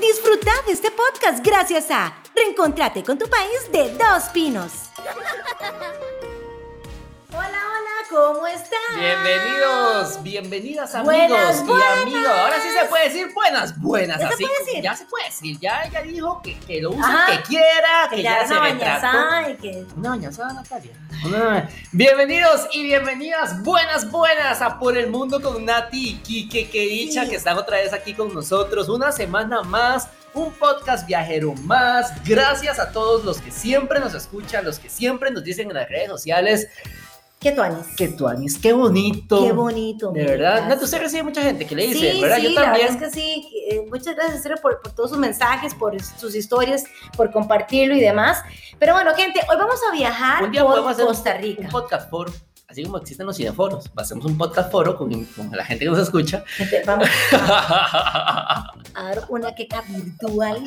de este podcast gracias a Reencontrate con tu país de dos pinos. Hola, hola, ¿cómo están? Bienvenidos, bienvenidas amigos Buenas, buenas. y amigos. Ahora sí se puede decir buenas, buenas. Ya se así puede como- decir. Ya se puede decir. Ya ella dijo que, que lo use Ajá. que quiera, que ya, ya se una retrató. bañazada y que... Una bañazada, Natalia. Una- Bienvenidos y bienvenidas, buenas, buenas a Por el Mundo con Nati y Kike. Qué dicha Sí. que están otra vez aquí con nosotros. Una semana más, un podcast viajero más. Gracias a todos los que siempre nos escuchan, los que siempre nos dicen en las redes sociales ¿Qué tuanis? que tú, Anis, qué bonito. Qué bonito. De mira. verdad, Nati, usted recibe mucha gente que le dice, sí, ¿verdad? sí, Yo la también. verdad es que sí. Eh, muchas gracias, en serio, por, por todos sus mensajes, por sus historias, por compartirlo y demás. Pero bueno, gente, hoy vamos a viajar un día por podemos hacer un- Costa Rica. un podcast foro, así como existen los cineforos. Hacemos un podcast foro con, con la gente que nos escucha. Gente, Vamos a dar una queca virtual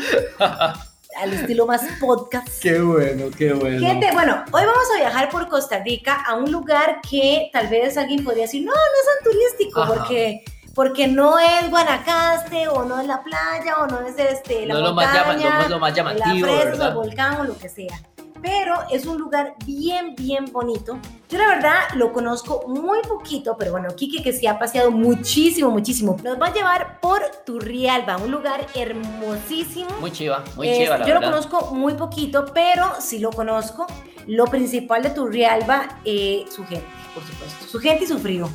al estilo más podcast. qué bueno, qué bueno. Gente, bueno, hoy vamos a viajar por Costa Rica a un lugar que tal vez alguien podría decir, no, no es tan turístico, Ajá. porque, porque no es Guanacaste, o no es la playa, o no es este, la no, lo más montaña, llama- lo más- lo más llamativo, la pues. fresa, el ¿verdad? volcán o lo que sea. Pero es un lugar bien, bien bonito. Yo la verdad lo conozco muy poquito, pero bueno, Quique que se ha paseado muchísimo, muchísimo. Nos va a llevar por Turrialba, un lugar hermosísimo. Muy chiva, muy Es- chiva, la Este, yo lo verdad. conozco muy poquito, pero sí lo conozco. Lo principal de Turrialba, eh, su gente, por supuesto. Su gente y su frío.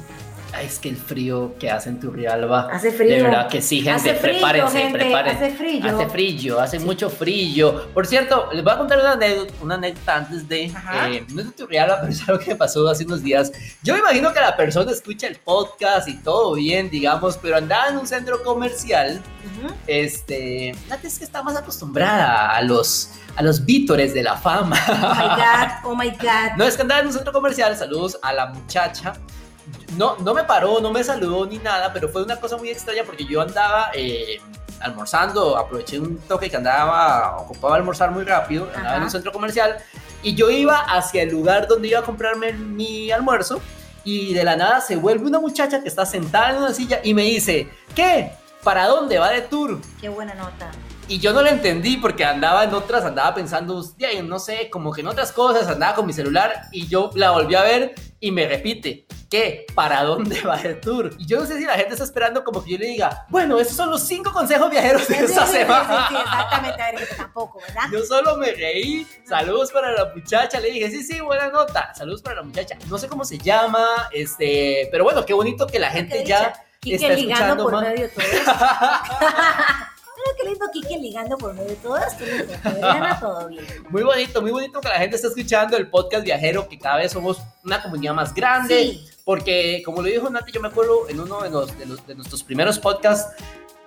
Ay, es que el frío que hace en Turrialba. Hace De frío. verdad que sí, gente, hace frío, prepárense, gente, prepárense. Hace frío. Hace frío, hace mucho frío. Por cierto, les voy a contar una anécdota, una anécdota antes de. Ajá. eh, no es de tu real, pero es algo que me pasó hace unos días. Yo me imagino que la persona escucha el podcast y todo bien, digamos, pero andaba en un centro comercial. Ujú. Este. Nati es que está más acostumbrada a los, a los vítores de la fama. Oh my God, oh my God. No es que andaba en un centro comercial. Saludos a la muchacha. No, no me paró, no me saludó ni nada, pero fue una cosa muy extraña porque yo andaba eh, almorzando, aproveché un toque que andaba ocupado a almorzar muy rápido, andaba Ajá. en un centro comercial y yo iba hacia el lugar donde iba a comprarme mi almuerzo y de la nada se vuelve una muchacha que está sentada en una silla y me dice, ¿qué? ¿Para dónde va de tour? Qué buena nota. Y yo no lo entendí porque andaba en otras, andaba pensando, hostia, y no sé, como que en otras cosas, andaba con mi celular y yo la volví a ver y me repite, ¿qué? ¿Para dónde va el tour? Y yo no sé si la gente está esperando como que yo le diga, bueno, esos son los cinco consejos viajeros de Sí, esta sí, sí, semana. sí, sí, exactamente, a ver, que tampoco, ¿verdad? Yo solo me reí. Saludos para la muchacha. Le dije, sí, sí, buena nota. Saludos para la muchacha. No sé cómo se llama, este, pero bueno, qué bonito que la gente Qué ya. dicha. Quique está ligando escuchando por más. medio de todo esto. Pero qué lindo Quique ligando por medio de todo esto. lindo. Adriana, todo bien. Muy bonito, muy bonito que la gente esté escuchando el podcast viajero, que cada vez somos una comunidad más grande. Sí, Porque, como lo dijo Nati, yo me acuerdo en uno de, los, de, los- de nuestros primeros podcasts,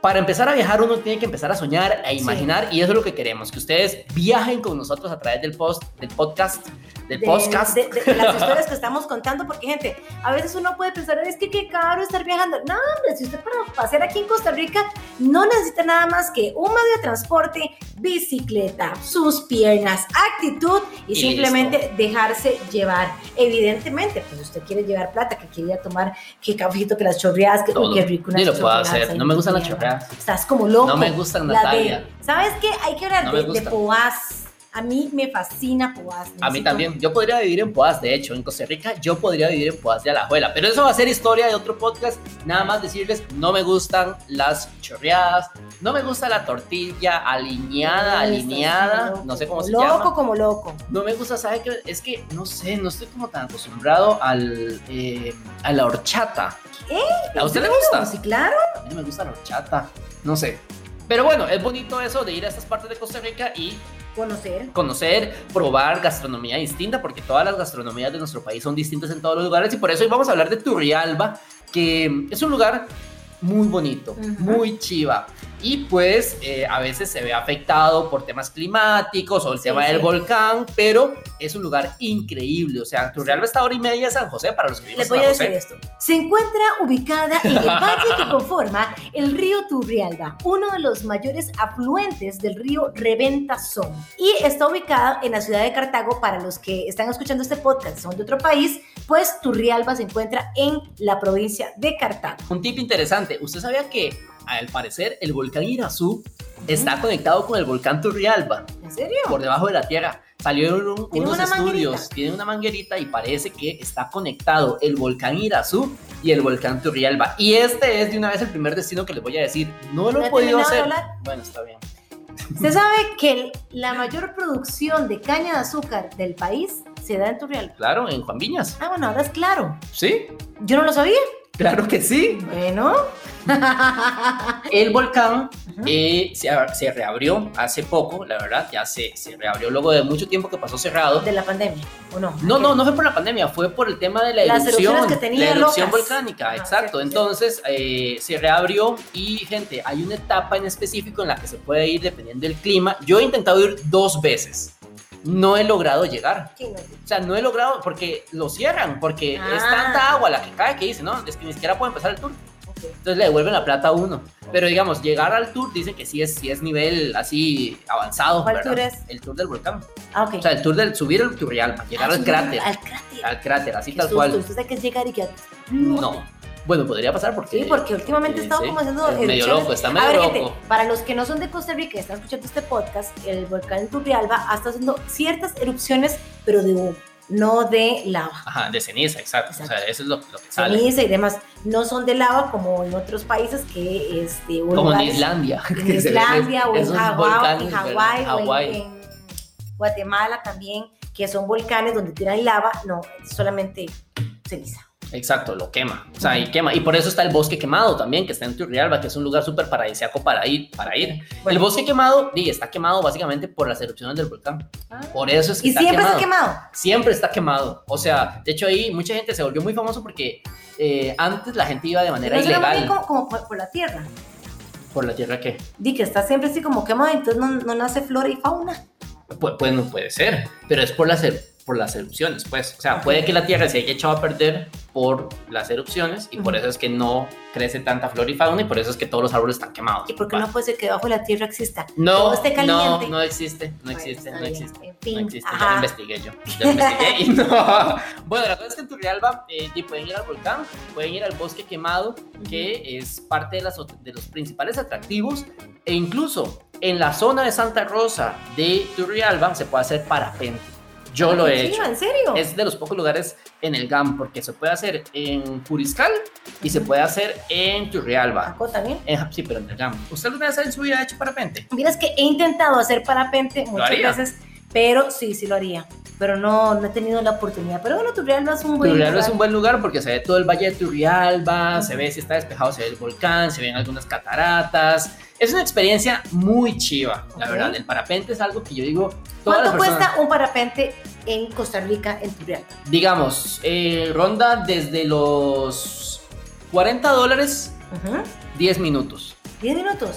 para empezar a viajar uno tiene que empezar a soñar, a imaginar, y eso es lo que queremos, que ustedes viajen con nosotros a través del, post, del podcast, del de- podcast. de- de- de las historias que estamos contando, porque gente, a veces uno puede pensar, es que qué caro estar viajando. No, hombre, si usted para pasear aquí en Costa Rica no necesita nada más que un medio de transporte, bicicleta, sus piernas, actitud y, Y simplemente dejarse llevar. Evidentemente, pues usted quiere llevar plata, que quiere ir a tomar, que cafecito, que las chorreadas, que uy, Todo. qué rico unas Ni lo puedo chorreadas hacer, ahí no me gustan las comiendo. chorreadas. Estás como loco. No me gustan, La de- Natalia. ¿Sabes qué? Hay que hablar No me de, de gusta. Poás. A mí me fascina Poás. A mí necesito- también. Yo podría vivir en Poás, de hecho, en Costa Rica, yo podría vivir en Poás de Alajuela. Pero eso va a ser historia de otro podcast. Nada más decirles, no me gustan las chorreadas, no me gusta la tortilla alineada, Ay, estás alineada, como no sé loco, cómo se loco, llama. como loco. No me gusta, ¿sabe qué? Es que, no sé, no estoy como tan acostumbrado al, eh, a la horchata. ¿A usted le gusta? Sí, claro. A mí no me gusta la horchata, no sé. Pero bueno, es bonito eso de ir a estas partes de Costa Rica y Conocer. conocer, probar gastronomía distinta, porque todas las gastronomías de nuestro país son distintas en todos los lugares y por eso hoy vamos a hablar de Turrialba, que es un lugar muy bonito, Ujú. muy chiva. Y pues eh, a veces se ve afectado por temas climáticos o el Sí, tema del sí. volcán, pero es un lugar increíble. O sea, Turrialba está a hora y media de San José para los que Les vivimos en voy a San decir José. esto. Se encuentra ubicada en el valle que conforma el río Turrialba, uno de los mayores afluentes del río Reventazón. Y está ubicada en la ciudad de Cartago. Para los que están escuchando este podcast, son de otro país, pues Turrialba se encuentra en la provincia de Cartago. Un tip interesante, ¿usted sabía que al parecer el volcán Irazú está conectado con el volcán Turrialba, ¿Mm? ¿En serio? por debajo de la tierra. Salieron un- Tiene unos una estudios, manguerita. tiene una manguerita y parece que está conectado el volcán Irazú y el volcán Turrialba. Y este es de una vez el primer destino que les voy a decir. No lo ¿No he he podido terminado de hacer. hablar? Bueno, está bien. Usted sabe que el- la mayor producción de caña de azúcar del país se da en Turrialba. Claro, en Juan Viñas. Ah, bueno, ahora es claro. Sí, Yo no lo sabía. claro que sí. Bueno. El volcán Ajá. eh, se, se reabrió hace poco, la verdad, ya se, se reabrió luego de mucho tiempo que pasó cerrado. de la pandemia, ¿o no? No, no, no fue por la pandemia, fue por el tema de la Las erupción. erupciones que tenía la erupción locas. volcánica, Ah, exacto. cierto, Entonces eh, se reabrió y, gente, hay una etapa en específico en la que se puede ir dependiendo del clima. Yo he intentado ir dos veces. No he logrado llegar. Sí, no. O sea, no he logrado porque lo cierran, porque es Ah. tanta agua la que cae que dice, no, es que ni siquiera puede empezar el tour. Ok. Entonces le devuelven la plata a uno. Pero digamos, llegar al tour dicen que sí es, sí es nivel así avanzado. ¿Cuál ¿verdad? tour es? El tour del volcán. Ah, ok. O sea, el tour del subir el Turrialba, llegar Ah, al sí, cráter. Al cráter. Al cráter, así Qué tal susto, cual. Usted sabe que es llegar y que... No. Bueno, podría pasar porque. eh, Sí, porque últimamente he estado sí, como haciendo... es medio erupciones. loco, está A medio ver, loco. gente, para los que no son de Costa Rica y están escuchando este podcast, el volcán Turrialba ha estado haciendo ciertas erupciones, pero de humo, no de lava. Ajá, de ceniza, exacto. O sea, Exacto. eso es lo, lo que sale. Ceniza y demás. No son de lava como en otros países que este, o Como en lugares- Islandia. en que se ven Islandia o en esos Hawái, volcanes, en ¿verdad? Hawái o en- Hawái. en Guatemala también, que son volcanes donde tiran lava, no, es solamente ceniza. Exacto, lo quema. O sea, y quema. Y por eso está el bosque quemado también, que está en Turrialba, que es un lugar súper paradisíaco para ir. Para ir. Bueno, el bosque quemado, di, está quemado básicamente por las erupciones del volcán. ah, Por eso es que y está siempre quemado. está quemado. siempre está quemado. O sea, de hecho ahí mucha gente se volvió muy famoso porque eh, antes la gente iba de manera No se lo ilegal ponen como, como por, por la tierra. por la tierra que Di que está siempre así como quemado, entonces no, no nace flora y fauna. pues, pues no puede ser, pero es por las er- por las erupciones, pues. O sea, puede que la tierra se haya echado a perder por las erupciones y por Ujú. eso es que no crece tanta flora y fauna y por eso es que todos los árboles están quemados. ¿Y por qué no Vale. puede ser que debajo de la tierra exista? No, todo esté no, caliente? no existe, no Bueno, existe, está no bien, existe. En No fin, existe, ya lo ajá. investigué yo. Ya lo investigué y no. Bueno, la cosa es que en Turrialba eh, y pueden ir al volcán, pueden ir al bosque quemado, que es parte de, las ot- de los principales atractivos, e incluso en la zona de Santa Rosa de Turrialba se puede hacer parapente. Yo lo he Sí, hecho. ¿En serio? Es de los pocos lugares en el GAM, porque se puede hacer en Puriscal y se puede hacer en Turrialba. Acá también. En- sí, pero en el GAM. ¿Usted alguna vez en su vida ha hecho parapente? Mira, es que he intentado hacer parapente muchas haría? veces, pero sí, sí lo haría. Pero no, no he tenido la oportunidad. Pero bueno, Turrialba es un buen Turrialba es lugar. un buen lugar porque se ve todo el valle de Turrialba, Ujú. se ve si está despejado, se ve el volcán, se ven algunas cataratas. Es una experiencia muy chiva, la Ok. verdad. El parapente es algo que yo digo, todas las ¿Cuánto personas, cuesta un parapente en Costa Rica, en Turrialba? digamos, eh, ronda desde los 40 dólares, Ujú. 10 minutos. ¿Diez minutos?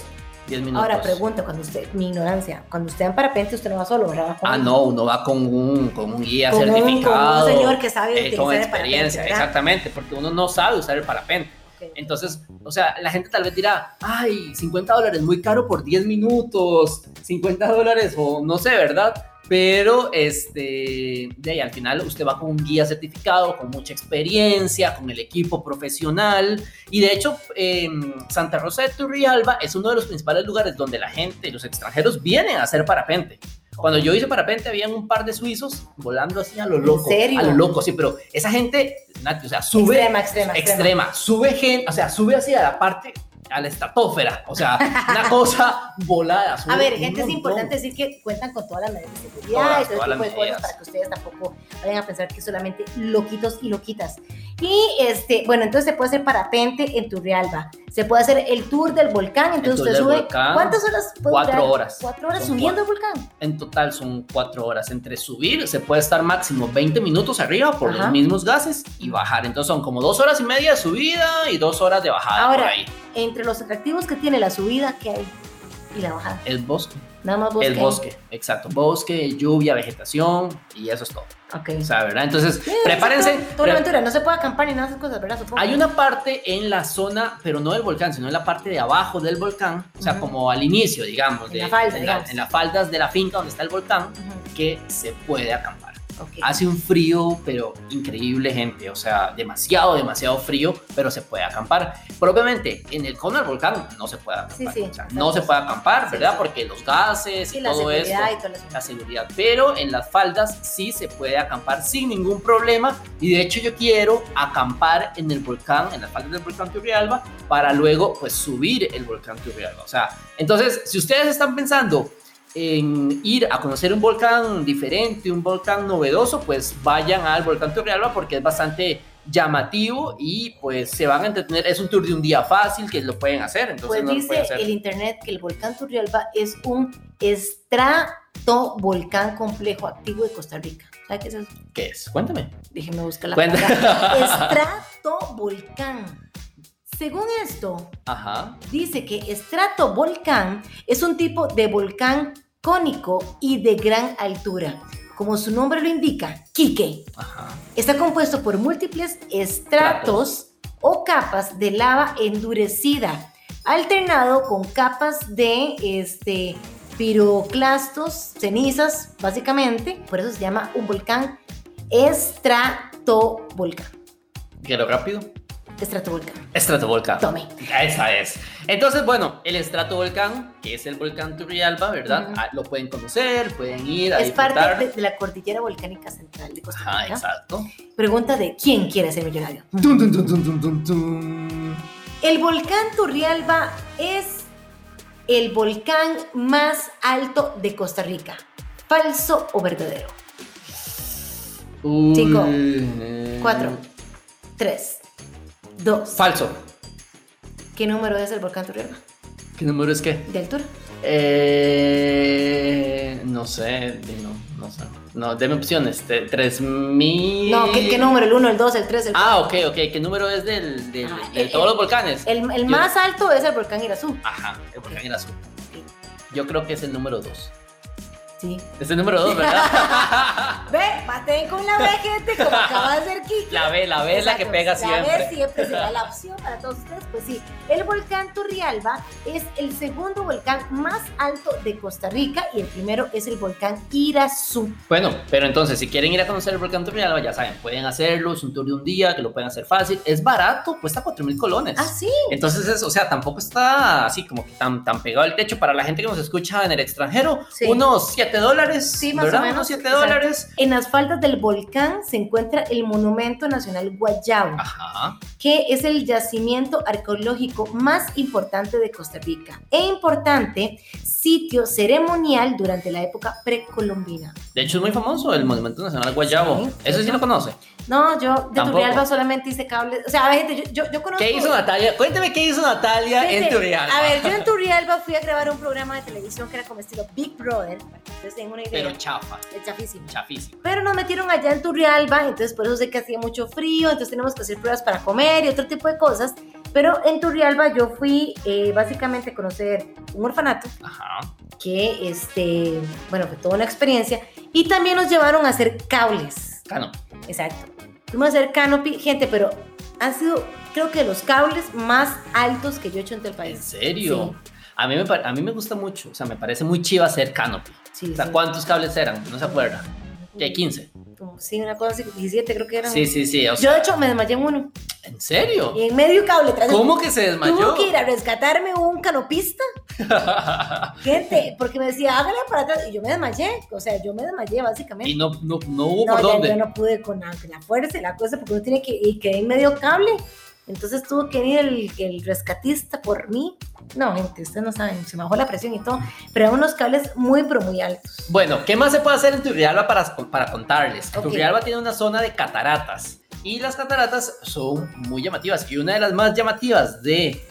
10 minutos. Ahora, pregunta, cuando usted, mi ignorancia, cuando usted va en parapente, usted no va solo, ¿verdad? Ah, no, uno va con un, con un guía Con un- con un, certificado. señor que sabe eh, con utilizar el experiencia, parapente, ¿verdad? exactamente, porque uno no sabe usar el parapente. Ok. Entonces, o sea, la gente tal vez dirá, ay, 50 dólares muy caro por 10 minutos, 50 dólares o no sé, ¿verdad? Pero, este, de ahí al final usted va con un guía certificado, con mucha experiencia, con el equipo profesional. Y de hecho, em, Santa Rosa de Turrialba es uno de los principales lugares donde la gente, los extranjeros, vienen a hacer parapente. Cuando yo hice parapente, habían un par de suizos volando así a lo ¿En loco. serio? A lo loco, sí, pero esa gente, Nati, o sea, sube extrema, extrema, extrema. extrema. Sube gente, o sea, sube hacia la parte, a la estratosfera. O sea, una cosa volada. sube A ver, un gente, es montón. importante decir que cuentan con todas las medidas de seguridad Todas, y todo todas ese tipo las de cosas medidas. para que ustedes tampoco vayan a pensar que solamente loquitos y loquitas. Y este, bueno, entonces se puede hacer parapente en Turrialba, se puede hacer el tour del volcán, tour entonces usted del sube. volcán, ¿Cuántas horas puede Cuatro durar? horas. Cuatro horas Son subiendo el volcán. En total son cuatro horas. Entre subir, se puede estar máximo 20 minutos arriba por Ajá. los mismos gases y bajar. Entonces son como dos horas y media de subida y dos horas de bajada. Ahora. por ahí. Entre los atractivos que tiene la subida que hay y la bajada, El bosque. nada más bosque. El bosque. Exacto. Bosque, lluvia, vegetación y eso es todo. Ok. O sea, ¿verdad? Entonces, Sí, prepárense. sí, Toda la pre- aventura, no se puede acampar ni nada de esas cosas, ¿verdad? Supongo. Hay una parte en la zona, pero no del volcán, sino en la parte de abajo del volcán, o sea, Ujú. como al inicio, digamos, En de, la falda, en, digamos. en las faldas de la finca donde está el volcán, Ujú. que se puede acampar. Ok. Hace un frío, pero increíble, gente. O sea, demasiado, demasiado frío, pero se puede acampar. Propiamente, en el cono del volcán no se puede acampar. Sí, sí, O sea, no se puede acampar, ¿verdad? Porque los gases y, Sí, la todo eso. seguridad y todo eso. La seguridad. Pero en las faldas sí se puede acampar sin ningún problema. Y de hecho, yo quiero acampar en el volcán, en las faldas del volcán Turrialba, para luego, pues, subir el volcán Turrialba. O sea, entonces, si ustedes están pensando en ir a conocer un volcán diferente, un volcán novedoso, pues vayan al volcán Turrialba porque es bastante llamativo y pues se van a entretener. Es un tour de un día fácil que lo pueden hacer, entonces Pues no lo dice pueden hacer. el internet que el volcán Turrialba es un estratovolcán complejo activo de Costa Rica. ¿Sabes qué es eso? ¿Qué es? Cuéntame. Déjeme buscar la Cuenta. palabra. Estratovolcán. Según esto, Ajá. dice que estratovolcán es un tipo de volcán cónico y de gran altura. Como su nombre lo indica, Quique. Ajá. Está compuesto por múltiples estratos o capas de lava endurecida, alternado con capas de este, piroclastos, cenizas, básicamente. Por eso se llama un volcán estratovolcán. Quiero rápido. Estratovolcán. Estratovolcán. Tome. Esa es. Entonces, bueno, el estratovolcán, que es el volcán Turrialba, ¿verdad? Ujú. Ah, Lo pueden conocer, pueden ir a Es disfrutar. parte de, de la cordillera volcánica central de Costa Ajá, Rica. exacto. Pregunta de quién quiere ser millonario. Tun, tun, tun, tun, tun, tun, tun. El volcán Turrialba es el volcán más alto de Costa Rica. ¿Falso o verdadero? Uy, Cinco, eh, Cuatro, tres, dos. Falso. ¿Qué número es el volcán Turrialba? ¿Qué número es qué? ¿De altura? Eh, no sé, di- no, no sé. No, deme opciones. Te- Tres mil. No, ¿qué, qué número? ¿El 1, el 2, el 3, el Ah, ok, ok. ¿Qué número es del, del- Ah, de el- todos los volcanes? El, el más alto es el volcán Irazú. Ajá, el eh, volcán era azul. Yo creo que es el número dos. Sí. Es el número dos, ¿verdad? Ve, maten con la B, gente, como acaba de hacer Kiki. la B, la B es la que Exacto, pega La ver siempre. siempre será la opción para todos ustedes. Pues sí, el volcán Turrialba es el segundo volcán más alto de Costa Rica y el primero es el volcán Irazú. Bueno, pero entonces, si quieren ir a conocer el volcán Turrialba, ya saben, pueden hacerlo, es un tour de un día, que lo pueden hacer fácil, es barato, cuesta 4 mil colones. Ah, sí. Entonces, es, o sea, tampoco está así como que tan, tan pegado al techo. Para la gente que nos escucha en el extranjero, Sí. unos 7 dólares, Sí, más o ¿verdad? menos, Unos 7 exacto. dólares. En las faldas del volcán se encuentra el Monumento Nacional Guayabo, Ah. Ajá. que es el yacimiento arqueológico más importante de Costa Rica e importante sitio ceremonial durante la época precolombina. De hecho, es muy famoso el Monumento Nacional Guayabo. Sí, Eso sí lo conoce. No, yo de Tampoco. Turrialba solamente hice cables. O sea, a ver, gente, yo, yo, yo conozco. ¿Qué hizo Natalia? Cuénteme qué hizo Natalia en Fíjate, Turrialba. A ver, yo en Turrialba fui a grabar un programa de televisión que era como estilo Big Brother, para que ustedes tengan una idea. Pero chafa, es chafísimo. chafísimo. Pero nos metieron allá en Turrialba, entonces por eso sé que hacía mucho frío, entonces tenemos que hacer pruebas para comer y otro tipo de cosas. Pero en Turrialba yo fui eh, básicamente a conocer un orfanato Ajá. que, este, bueno, fue toda una experiencia. Y también nos llevaron a hacer cables. Cano. Exacto. Fuimos a hacer canopy, gente, pero han sido, creo que los cables más altos que yo he hecho en todo el país. ¿En serio? A mí, me, par- a mí me gusta mucho, o sea, me parece muy chiva hacer canopy. Sí, O sea, sí. ¿cuántos cables eran? No se acuerda. ¿Qué? ¿15? Como, sí, una cosa así, 17 creo que era. Sí, sí, sí. o sea, Yo de hecho me desmayé en uno, ¿En serio? en medio cable. Tras ¿Cómo que se desmayó? Tuvo que ir a rescatarme un canopista, gente, porque me decía, hágale para atrás. Y yo me desmayé, o sea, yo me desmayé básicamente. y no, no, no hubo no, por ya- dónde. yo no pude con la, con la fuerza y la cosa, porque uno tiene que, y quedé en medio cable. Entonces tuvo que ir el, el rescatista por mí. No, gente, ustedes no saben, se me bajó la presión y todo. Pero eran unos cables muy, pero muy altos. Bueno, ¿qué más se puede hacer en Turrialba para, para contarles? Ok. Turrialba tiene una zona de cataratas y las cataratas son muy llamativas y una de las más llamativas de,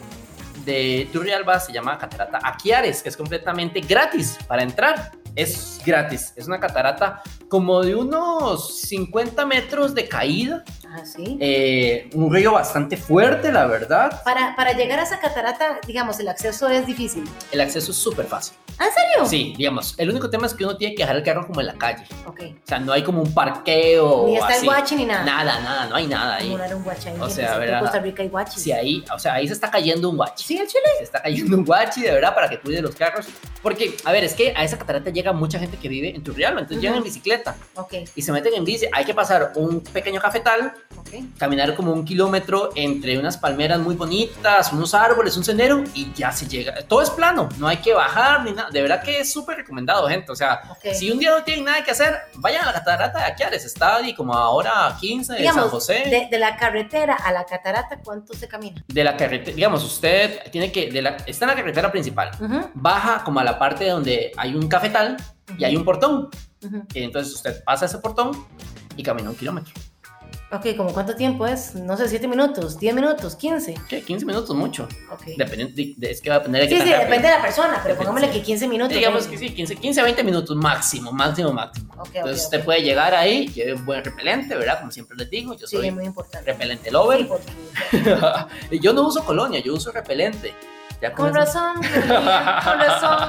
de Turrialba se llama Catarata Aquiares, que es completamente gratis para entrar. Es gratis, es una catarata como de unos 50 metros de caída Ah, sí. Eh, un río bastante fuerte, la verdad. Para, para llegar a esa catarata, digamos, el acceso es difícil. El acceso es súper fácil. ¿En serio? Sí, digamos. El único tema es que uno tiene que dejar el carro como en la calle. Ok. O sea, no hay como un parqueo. Ni está así. el guachi ni nada. Nada, nada, no hay nada ahí. Morar un guachi ahí. O en sea, el centro de ¿verdad? Costa Rica hay guachi. Si ahí, o sea, ahí se está cayendo un guachi. Sí, el chile. Se está cayendo un guachi, de verdad, para que cuide los carros. Porque, a ver, es que a esa catarata llega mucha gente que vive en Turrialba, entonces Ujú. llegan en bicicleta Ok, y se meten en bici. Hay que pasar un pequeño cafetal, ok. caminar como un kilómetro entre unas palmeras muy bonitas, unos árboles, un sendero y ya se llega. Todo es plano, no hay que bajar ni nada. De verdad que es súper recomendado, gente. O sea, Ok. si un día no tienen nada que hacer, vayan a la catarata de Aquiares, está ahí como a hora 15 de digamos, San José. De, de la carretera a la catarata, ¿cuánto se camina? de la carretera, digamos, usted tiene que, de la, está en la carretera principal, Ujú, baja como a la parte donde hay un cafetal y hay un portón. ujú. Y entonces usted pasa ese portón y camina un kilómetro. Ok, ¿como cuánto tiempo es? No sé, ¿7 minutos? ¿10 minutos? ¿15? ¿Qué? 15 minutos, mucho. Ok. Dependiendo, de- de- es que va a depender de qué sí, tan sí, rápido. depende de la persona, pero Depende, pongámosle sí. que 15 minutos. Digamos que veinte. sí, 15, 15 a 20 minutos máximo, máximo, máximo. Ok, ok, Entonces este ok. usted puede llegar ahí, lleve un buen repelente, ¿verdad? Como siempre les digo, yo Sí, soy es muy importante. repelente Sí, lover. porque- Y yo no uso colonia, yo uso repelente. Ya Con eso- razón, Dios mío, con razón,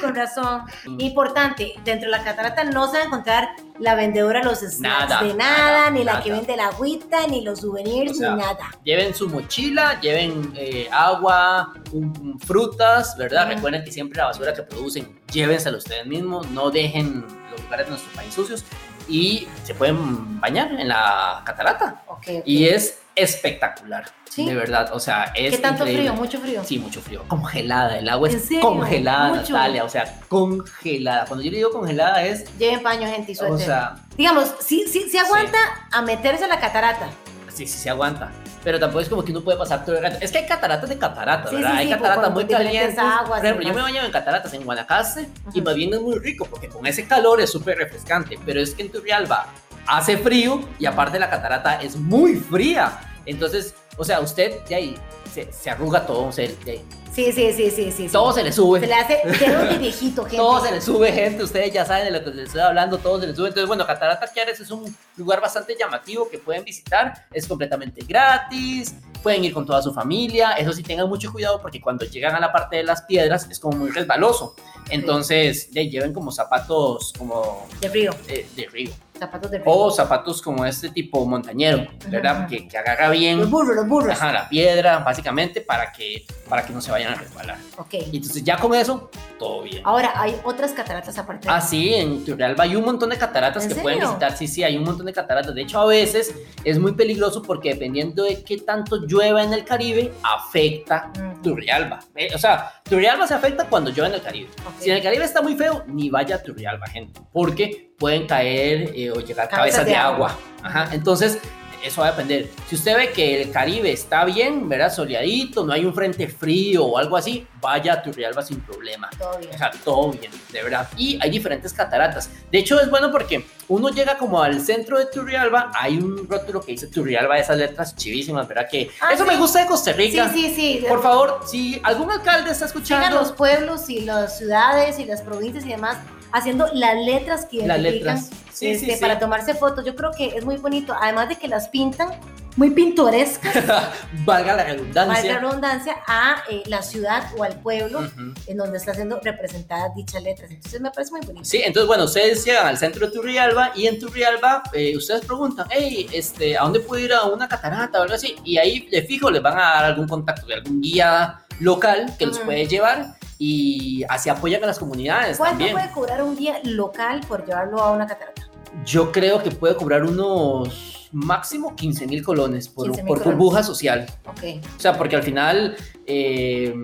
con razón. mm, Importante, dentro de la catarata no se va a encontrar la vendedora de los snacks Nada, de nada, nada, ni la nada. que vende la agüita, ni los souvenirs, O sea, ni nada. Lleven su mochila, lleven eh, agua, un- un- frutas, ¿verdad? Ujú. Recuerden que siempre la basura que producen, llévensela ustedes mismos, no dejen los lugares de nuestro país sucios y se pueden bañar en la catarata. Ok, ok. Y es espectacular, Sí. de verdad. O sea, es. ¿Qué tanto increíble. frío? ¿Mucho frío? Sí, mucho frío. Congelada, el agua ¿En es serio? congelada, Mucho. Natalia. O sea, congelada. Cuando yo le digo congelada es. Lleven paño, gente, y suéter. O sea, Digamos, sí, sí, sí aguanta a meterse a la catarata. Sí, sí, se aguanta. Pero tampoco es como que uno puede pasar todo el rato. Es que hay cataratas de cataratas, Sí, ¿verdad? sí, hay sí, cataratas con- muy con diferentes calientes. aguas Por ejemplo, y yo me demás. baño en cataratas en Guanacaste y Ujú. más bien es muy rico porque con ese calor es súper refrescante. Pero es que en Turrialba hace frío y aparte la catarata es muy fría. Entonces, o sea, usted de ahí se, se arruga todo, se, de ahí, Sí, sí, sí, sí, sí. sí. todo se le sube. Se le hace dedos de viejito, gente. Todo se le sube, gente. Ustedes ya saben de lo que les estoy hablando. Todo se les sube. Entonces, bueno, Catarata Quiares es un lugar bastante llamativo que pueden visitar. Es completamente gratis. Pueden ir con toda su familia. Eso sí, tengan mucho cuidado porque cuando llegan a la parte de las piedras es como muy resbaloso. Entonces, de, lleven como zapatos como De frío, eh, de río zapatos de frío. o zapatos como este tipo montañero, ¿verdad? Ajá. Que, que agarra bien. los burros, los burros. Ajá, la piedra, básicamente, para que, para que no se vayan a resbalar. Ok. Y entonces ya con eso, todo bien. Ahora, hay otras cataratas aparte. de- Ah, sí, en Turrialba hay un montón de cataratas ¿En que serio? pueden visitar. Sí, sí, hay un montón de cataratas. De hecho, a veces es muy peligroso porque dependiendo de qué tanto llueva en el Caribe, afecta Mm, Turrialba. Eh, o sea, Turrialba se afecta cuando llueve en el Caribe. ok. Si en el Caribe está muy feo, ni vaya a Turrialba, gente, porque pueden caer eh, o llegar cabezas, Cabezas de, de agua. Ajá, entonces eso va a depender. Si usted ve que el Caribe está bien, ¿verdad? Soleadito, no hay un frente frío o algo así, vaya a Turrialba sin problema. Todo bien. O sea, todo bien, de verdad. Y hay diferentes cataratas. De hecho, es bueno porque uno llega como al centro de Turrialba, hay un rótulo que dice Turrialba, esas letras chivísimas, ¿verdad? Que Ah, eso sí. me gusta de Costa Sí, Rica. sí, sí. Por favor, si algún alcalde está Sigan escuchando los pueblos y las ciudades y las provincias y demás haciendo las letras que las identifican letras, sí, sí, este, sí. para tomarse fotos. Yo creo que es muy bonito. Además de que las pintan muy pintorescas, valga la para redundancia. la redundancia, a eh, la ciudad o al pueblo Ujú. en donde está siendo representadas dichas letras. Entonces me parece muy bonito. Sí, entonces bueno, ustedes llegan al centro de Turrialba y en Turrialba eh, ustedes preguntan, hey, este, ¿a dónde puedo ir a una catarata o algo así? Y ahí de fijo les van a dar algún contacto de algún guía local que los Ujú. puede llevar y así apoyan a las comunidades ¿Cuánto también. puede cobrar un guía local por llevarlo a una catarata? Yo creo que puede cobrar unos máximo 15 mil colones por, 15.000 por colones. burbuja social. Ok. O sea, porque al final eh,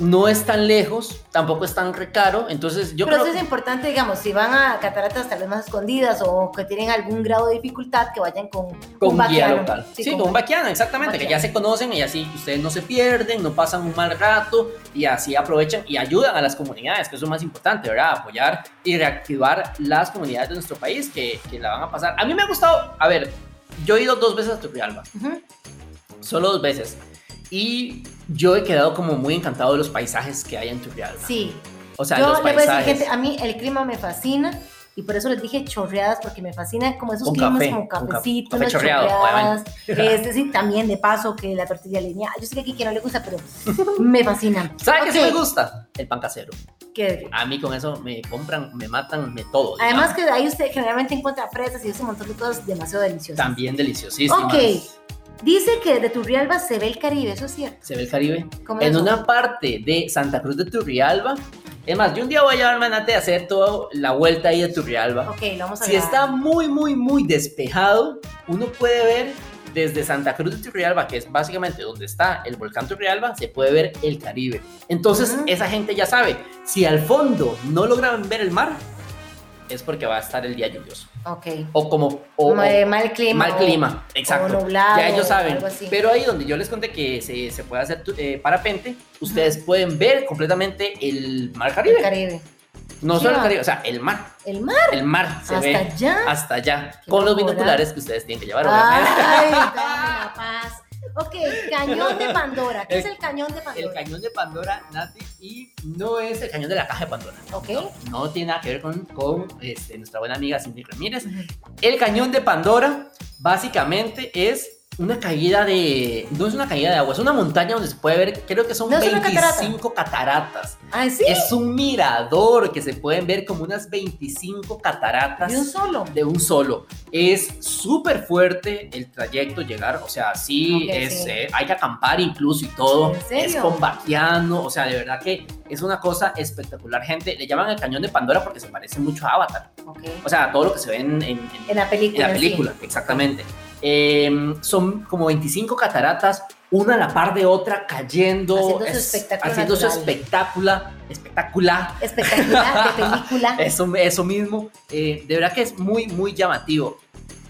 no es tan lejos, tampoco es tan re caro, entonces yo Pero creo eso es importante, digamos, si van a cataratas tal vez más escondidas o que tienen algún grado de dificultad, que vayan con, Con un guía vaqueano. local. Sí, Sí, con, un vaquiano, exactamente, que ya vaquiano. se conocen y así ustedes no se pierden, no pasan un mal rato y así aprovechan y ayudan a las comunidades, que es lo más importante, ¿verdad? Apoyar y reactivar las comunidades de nuestro país que, que la van a pasar. A mí me ha gustado, a ver, yo he ido dos veces a Turrialba, Ujú. solo dos veces, y yo he quedado como muy encantado de los paisajes que hay en Turrialba. Sí. O sea, Yo los le voy a decir, ah, paisajes. gente, a mí el clima me fascina y por eso les dije chorreadas, porque me fascina como esos Un climas café, como un ca- cafecito, café unas chorreado, chorreadas. obviamente. Este, sí, también de paso que la tortilla leña. Yo sé que aquí que no le gusta, pero me fascina. ¿Sabes qué sí Ok, me gusta? El pan casero. que- A mí con eso me compran, me matan, me todo. Además digamos. que ahí usted generalmente encuentra fresas y ese montón de cosas demasiado deliciosas. También deliciosísimas. Ok. Dice que de Turrialba se ve el Caribe, eso es cierto. Se ve el Caribe. ¿Cómo En es? una parte de Santa Cruz de Turrialba. Es más, yo un día voy a llevarme a Nate a hacer toda la vuelta ahí de Turrialba. Ok, lo vamos a Si grabar. está muy, muy, muy despejado, uno puede ver desde Santa Cruz de Turrialba, que es básicamente donde está el volcán Turrialba, se puede ver el Caribe. Entonces, Ujú. esa gente ya sabe, si al fondo no logran ver el mar, es porque va a estar el día lluvioso. Ok. O como... o- Como o- de mal clima. mal o- clima, exacto. nublado, ya ellos saben. algo así. Pero ahí donde yo les conté que se, se puede hacer tu- eh, parapente, ustedes pueden ver completamente el mar Caribe. El Caribe. no solo el Ya. Caribe, o sea, el mar. El mar, El mar se hasta ve allá. hasta allá. Qué Ah. Con los locura. binoculares que ustedes tienen que llevar. obviamente. Ay, dame la paz. Ok, cañón de Pandora. ¿Qué es el cañón de El Pandora? cañón de Pandora, Nati, y no es el cañón de la caja de Pandora. Ok. No, no tiene nada que ver con, con, este, nuestra buena amiga Cindy Ramírez. El cañón de Pandora básicamente es una caída de... No es una caída de agua, es una montaña donde se puede ver, creo que son No es una 25 cataratas. Ah, sí. Es un mirador que se pueden ver como unas 25 cataratas. De un solo. de un solo. Es súper fuerte el trayecto llegar, o sea, sí, Ok, es, sí. eh, hay que acampar incluso y todo. ¿En serio? Es combatiano, o sea, de verdad que es una cosa espectacular, gente. Le llaman el cañón de Pandora porque se parece mucho a Avatar. Ok. O sea, todo lo que se ve en, en- en- En la en película. la sí. película, exactamente. Eh, son como 25 cataratas, una a la par de otra, cayendo, Haciendo su es- espectáculo haciendo su natural. espectácula, espectacular. Espectacular de película. Eso, eso mismo, eh, de verdad que es muy, muy llamativo.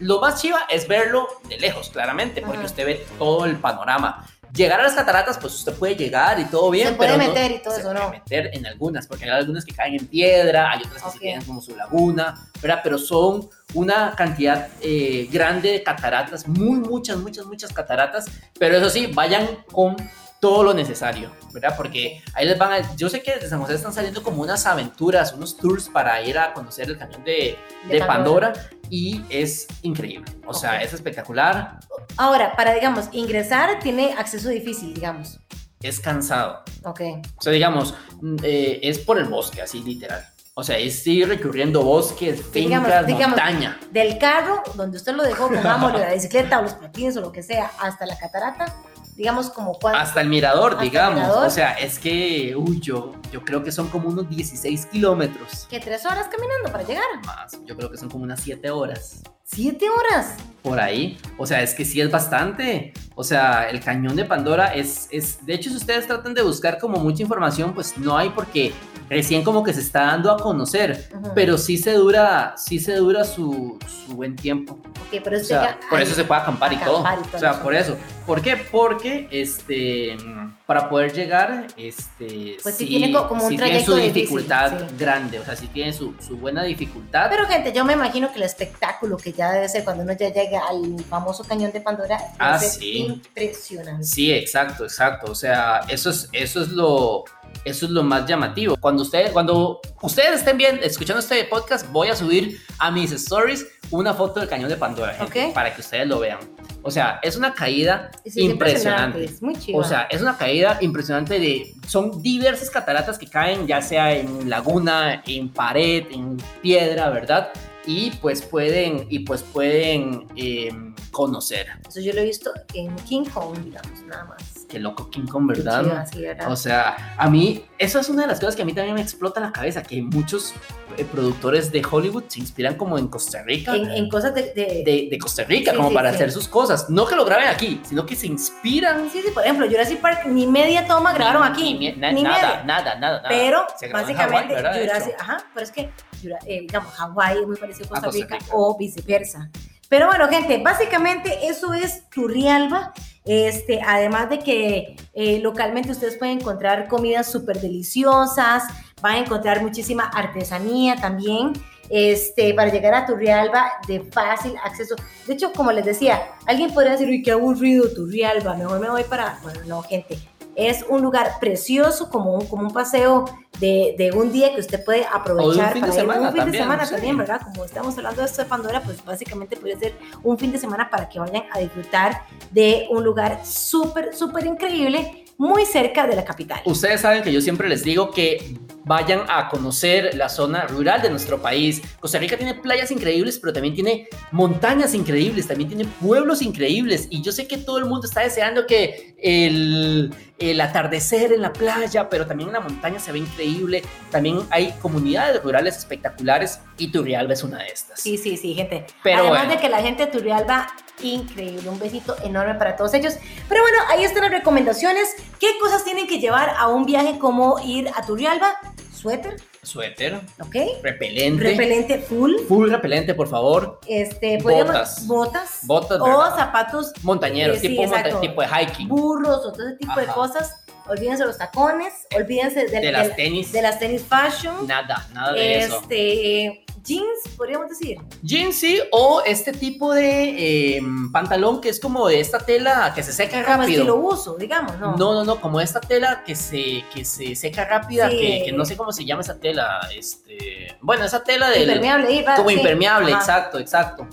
Lo más chiva es verlo de lejos, claramente, porque Ajá. usted ve todo el panorama. Llegar a las cataratas, pues usted puede llegar y todo bien. Se puede pero no- meter y todo se eso, puede ¿no? meter en algunas, porque hay algunas que caen en piedra, hay otras que se Ok. quedan como su laguna, ¿verdad? Pero son una cantidad eh, grande de cataratas, muy, muchas, muchas, muchas cataratas. Pero eso sí, vayan con todo lo necesario, ¿verdad? Porque ahí les van a... Yo sé que desde San José están saliendo como unas aventuras, unos tours para ir a conocer el cañón de, De de Pandora. y es increíble. O sea, Ok. es espectacular, Ahora, para, digamos, ingresar tiene acceso difícil, digamos. es cansado. Ok. O sea, digamos, mm, eh, es por el bosque, así literal. O sea, es ir recorriendo bosques, digamos, fincas, digamos. montaña. Del carro, donde usted lo dejó, pongámosle la bicicleta o los patines o lo que sea, hasta la catarata, digamos, como cuánto. Hasta el mirador, Hasta el digamos. mirador. O sea, es que, uy, yo, yo creo que son como unos 16 kilómetros ¿Qué? ¿Tres horas caminando para llegar? más. Yo creo que son como unas 7 horas ¿Siete horas? por ahí. O sea, es que sí es bastante. O sea, el cañón de Pandora es, es. De hecho, si ustedes tratan de buscar como mucha información, pues no hay porque recién como que se está dando a conocer. Ujú. Pero sí se dura, sí se dura su, su buen tiempo. Ok, pero O sea, por eso se puede acampar y todo. acampar y todo O sea, eso. por eso. ¿Por qué? Porque este para poder llegar, este Pues sí tiene co- como un sí tiene trayecto su difícil, dificultad sí. grande, o sea, sí tiene su, su buena dificultad. Pero gente, yo me imagino que el espectáculo que ya debe ser cuando uno ya llega al famoso cañón de Pandora debe Ah, ser sí. impresionante. Sí, exacto, exacto. O sea, eso es eso es lo eso es lo más llamativo. Cuando ustedes cuando ustedes estén bien escuchando este podcast, voy a subir a mis stories una foto del cañón de Pandora, gente, Ok. para que ustedes lo vean. O sea, es una caída Sí, es impresionante. Es muy chido. O sea, es una caída impresionante de... Son diversas cataratas que caen, ya sea en laguna, en pared, en piedra, ¿verdad? Y pues pueden, y pues pueden eh, conocer. eso yo lo he visto en King Kong, digamos, nada más. Qué loco King Kong, Qué ¿verdad? chido, así, ¿verdad? O sea, a mí, eso es una de las cosas que a mí también me explota la cabeza, que muchos eh, productores de Hollywood se inspiran como en Costa Rica. en, en cosas de, de- de, de Costa Rica, Sí, como sí, para sí. hacer sus cosas. No que lo graben aquí, sino que se inspiran. Sí, sí, por ejemplo, Jurassic Park, ni media toma grabaron aquí. Ni- na- ni nada, media. nada, nada, nada. Pero Se grabó en básicamente, Hawái, ¿verdad? De hecho. Ah, Jurassic- ajá, pero es que, Jura- eh, digamos, Hawái es muy parecido a Costa, Costa Rica, Rica. o viceversa. Pero bueno, gente, básicamente eso es Turrialba. Este, además de que eh, localmente ustedes pueden encontrar comidas súper deliciosas, van a encontrar muchísima artesanía también. Este, para llegar a Turrialba de fácil acceso. De hecho, como les decía, alguien podría decir, uy, qué aburrido Turrialba, mejor me voy para... Bueno, no, gente, es un lugar precioso, como un, como un paseo de, de un día que usted puede aprovechar O de un fin de para ir semana un fin de también, semana sí. también, ¿verdad? Como estamos hablando de esto de Pandora, pues básicamente puede ser un fin de semana para que vayan a disfrutar de un lugar súper, súper increíble, muy cerca de la capital. Ustedes saben que yo siempre les digo que vayan a conocer la zona rural de nuestro país. Costa Rica tiene playas increíbles, pero también tiene montañas increíbles, también tiene pueblos increíbles. Y yo sé que todo el mundo está deseando que el, el atardecer en la playa, pero también en la montaña se ve increíble. También hay comunidades rurales espectaculares y Turrialba es una de estas. Sí, sí, sí, gente. Pero Además bueno. de que la gente de Turrialba, increíble. Un besito enorme para todos ellos. Pero bueno, ahí están las recomendaciones. ¿Qué cosas tienen que llevar a un viaje como ir a Turrialba? Suéter, Suéter, ¿ok? repelente, Repelente full. full repelente, por favor. Este, podríamos- Botas. Botas. Botas, o ¿verdad? zapatos montañeros, eh, Oh, sí, tipo, monta- exacto. tipo de hiking, burros o todo ese tipo de Ajá. cosas. Olvídense los tacones, olvídense de, de de- las tenis. de las tenis fashion. Nada, nada de eso. Este, jeans, podríamos decir. Jeans sí, o este tipo de eh, pantalón que es como de esta tela que se seca Como estilo rápido. uso, digamos, ¿no? No, no, no, como esta tela que se, que se seca rápida, Sí. que, que no sé cómo se llama esa tela. Este, bueno, esa tela del. Impermeable, ahí va, Como sí. impermeable, Ajá. exacto, exacto.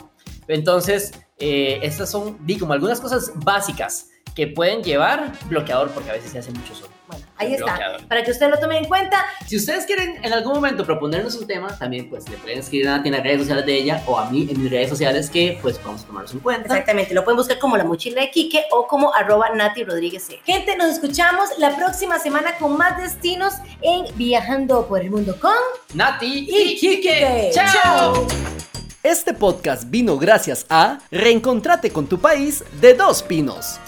Entonces, eh, estas son, di, como algunas cosas básicas que pueden llevar bloqueador, porque a veces se hace mucho sol. Bueno, ahí está. Bloqueador. Para que usted lo tome en cuenta, Si ustedes quieren en algún momento proponernos un tema, también pues le pueden escribir a Nati en las redes sociales de ella o a mí en mis redes sociales que pues vamos a tomarnos en cuenta. exactamente, lo pueden buscar como la mochila de Quique o como arroba Nati Rodríguez. C. Gente, nos escuchamos la próxima semana con más destinos en Viajando por el Mundo con... Nati y Quique. ¡Chao! ¡Chao! Este podcast vino gracias a Reencontrate con tu país de dos pinos.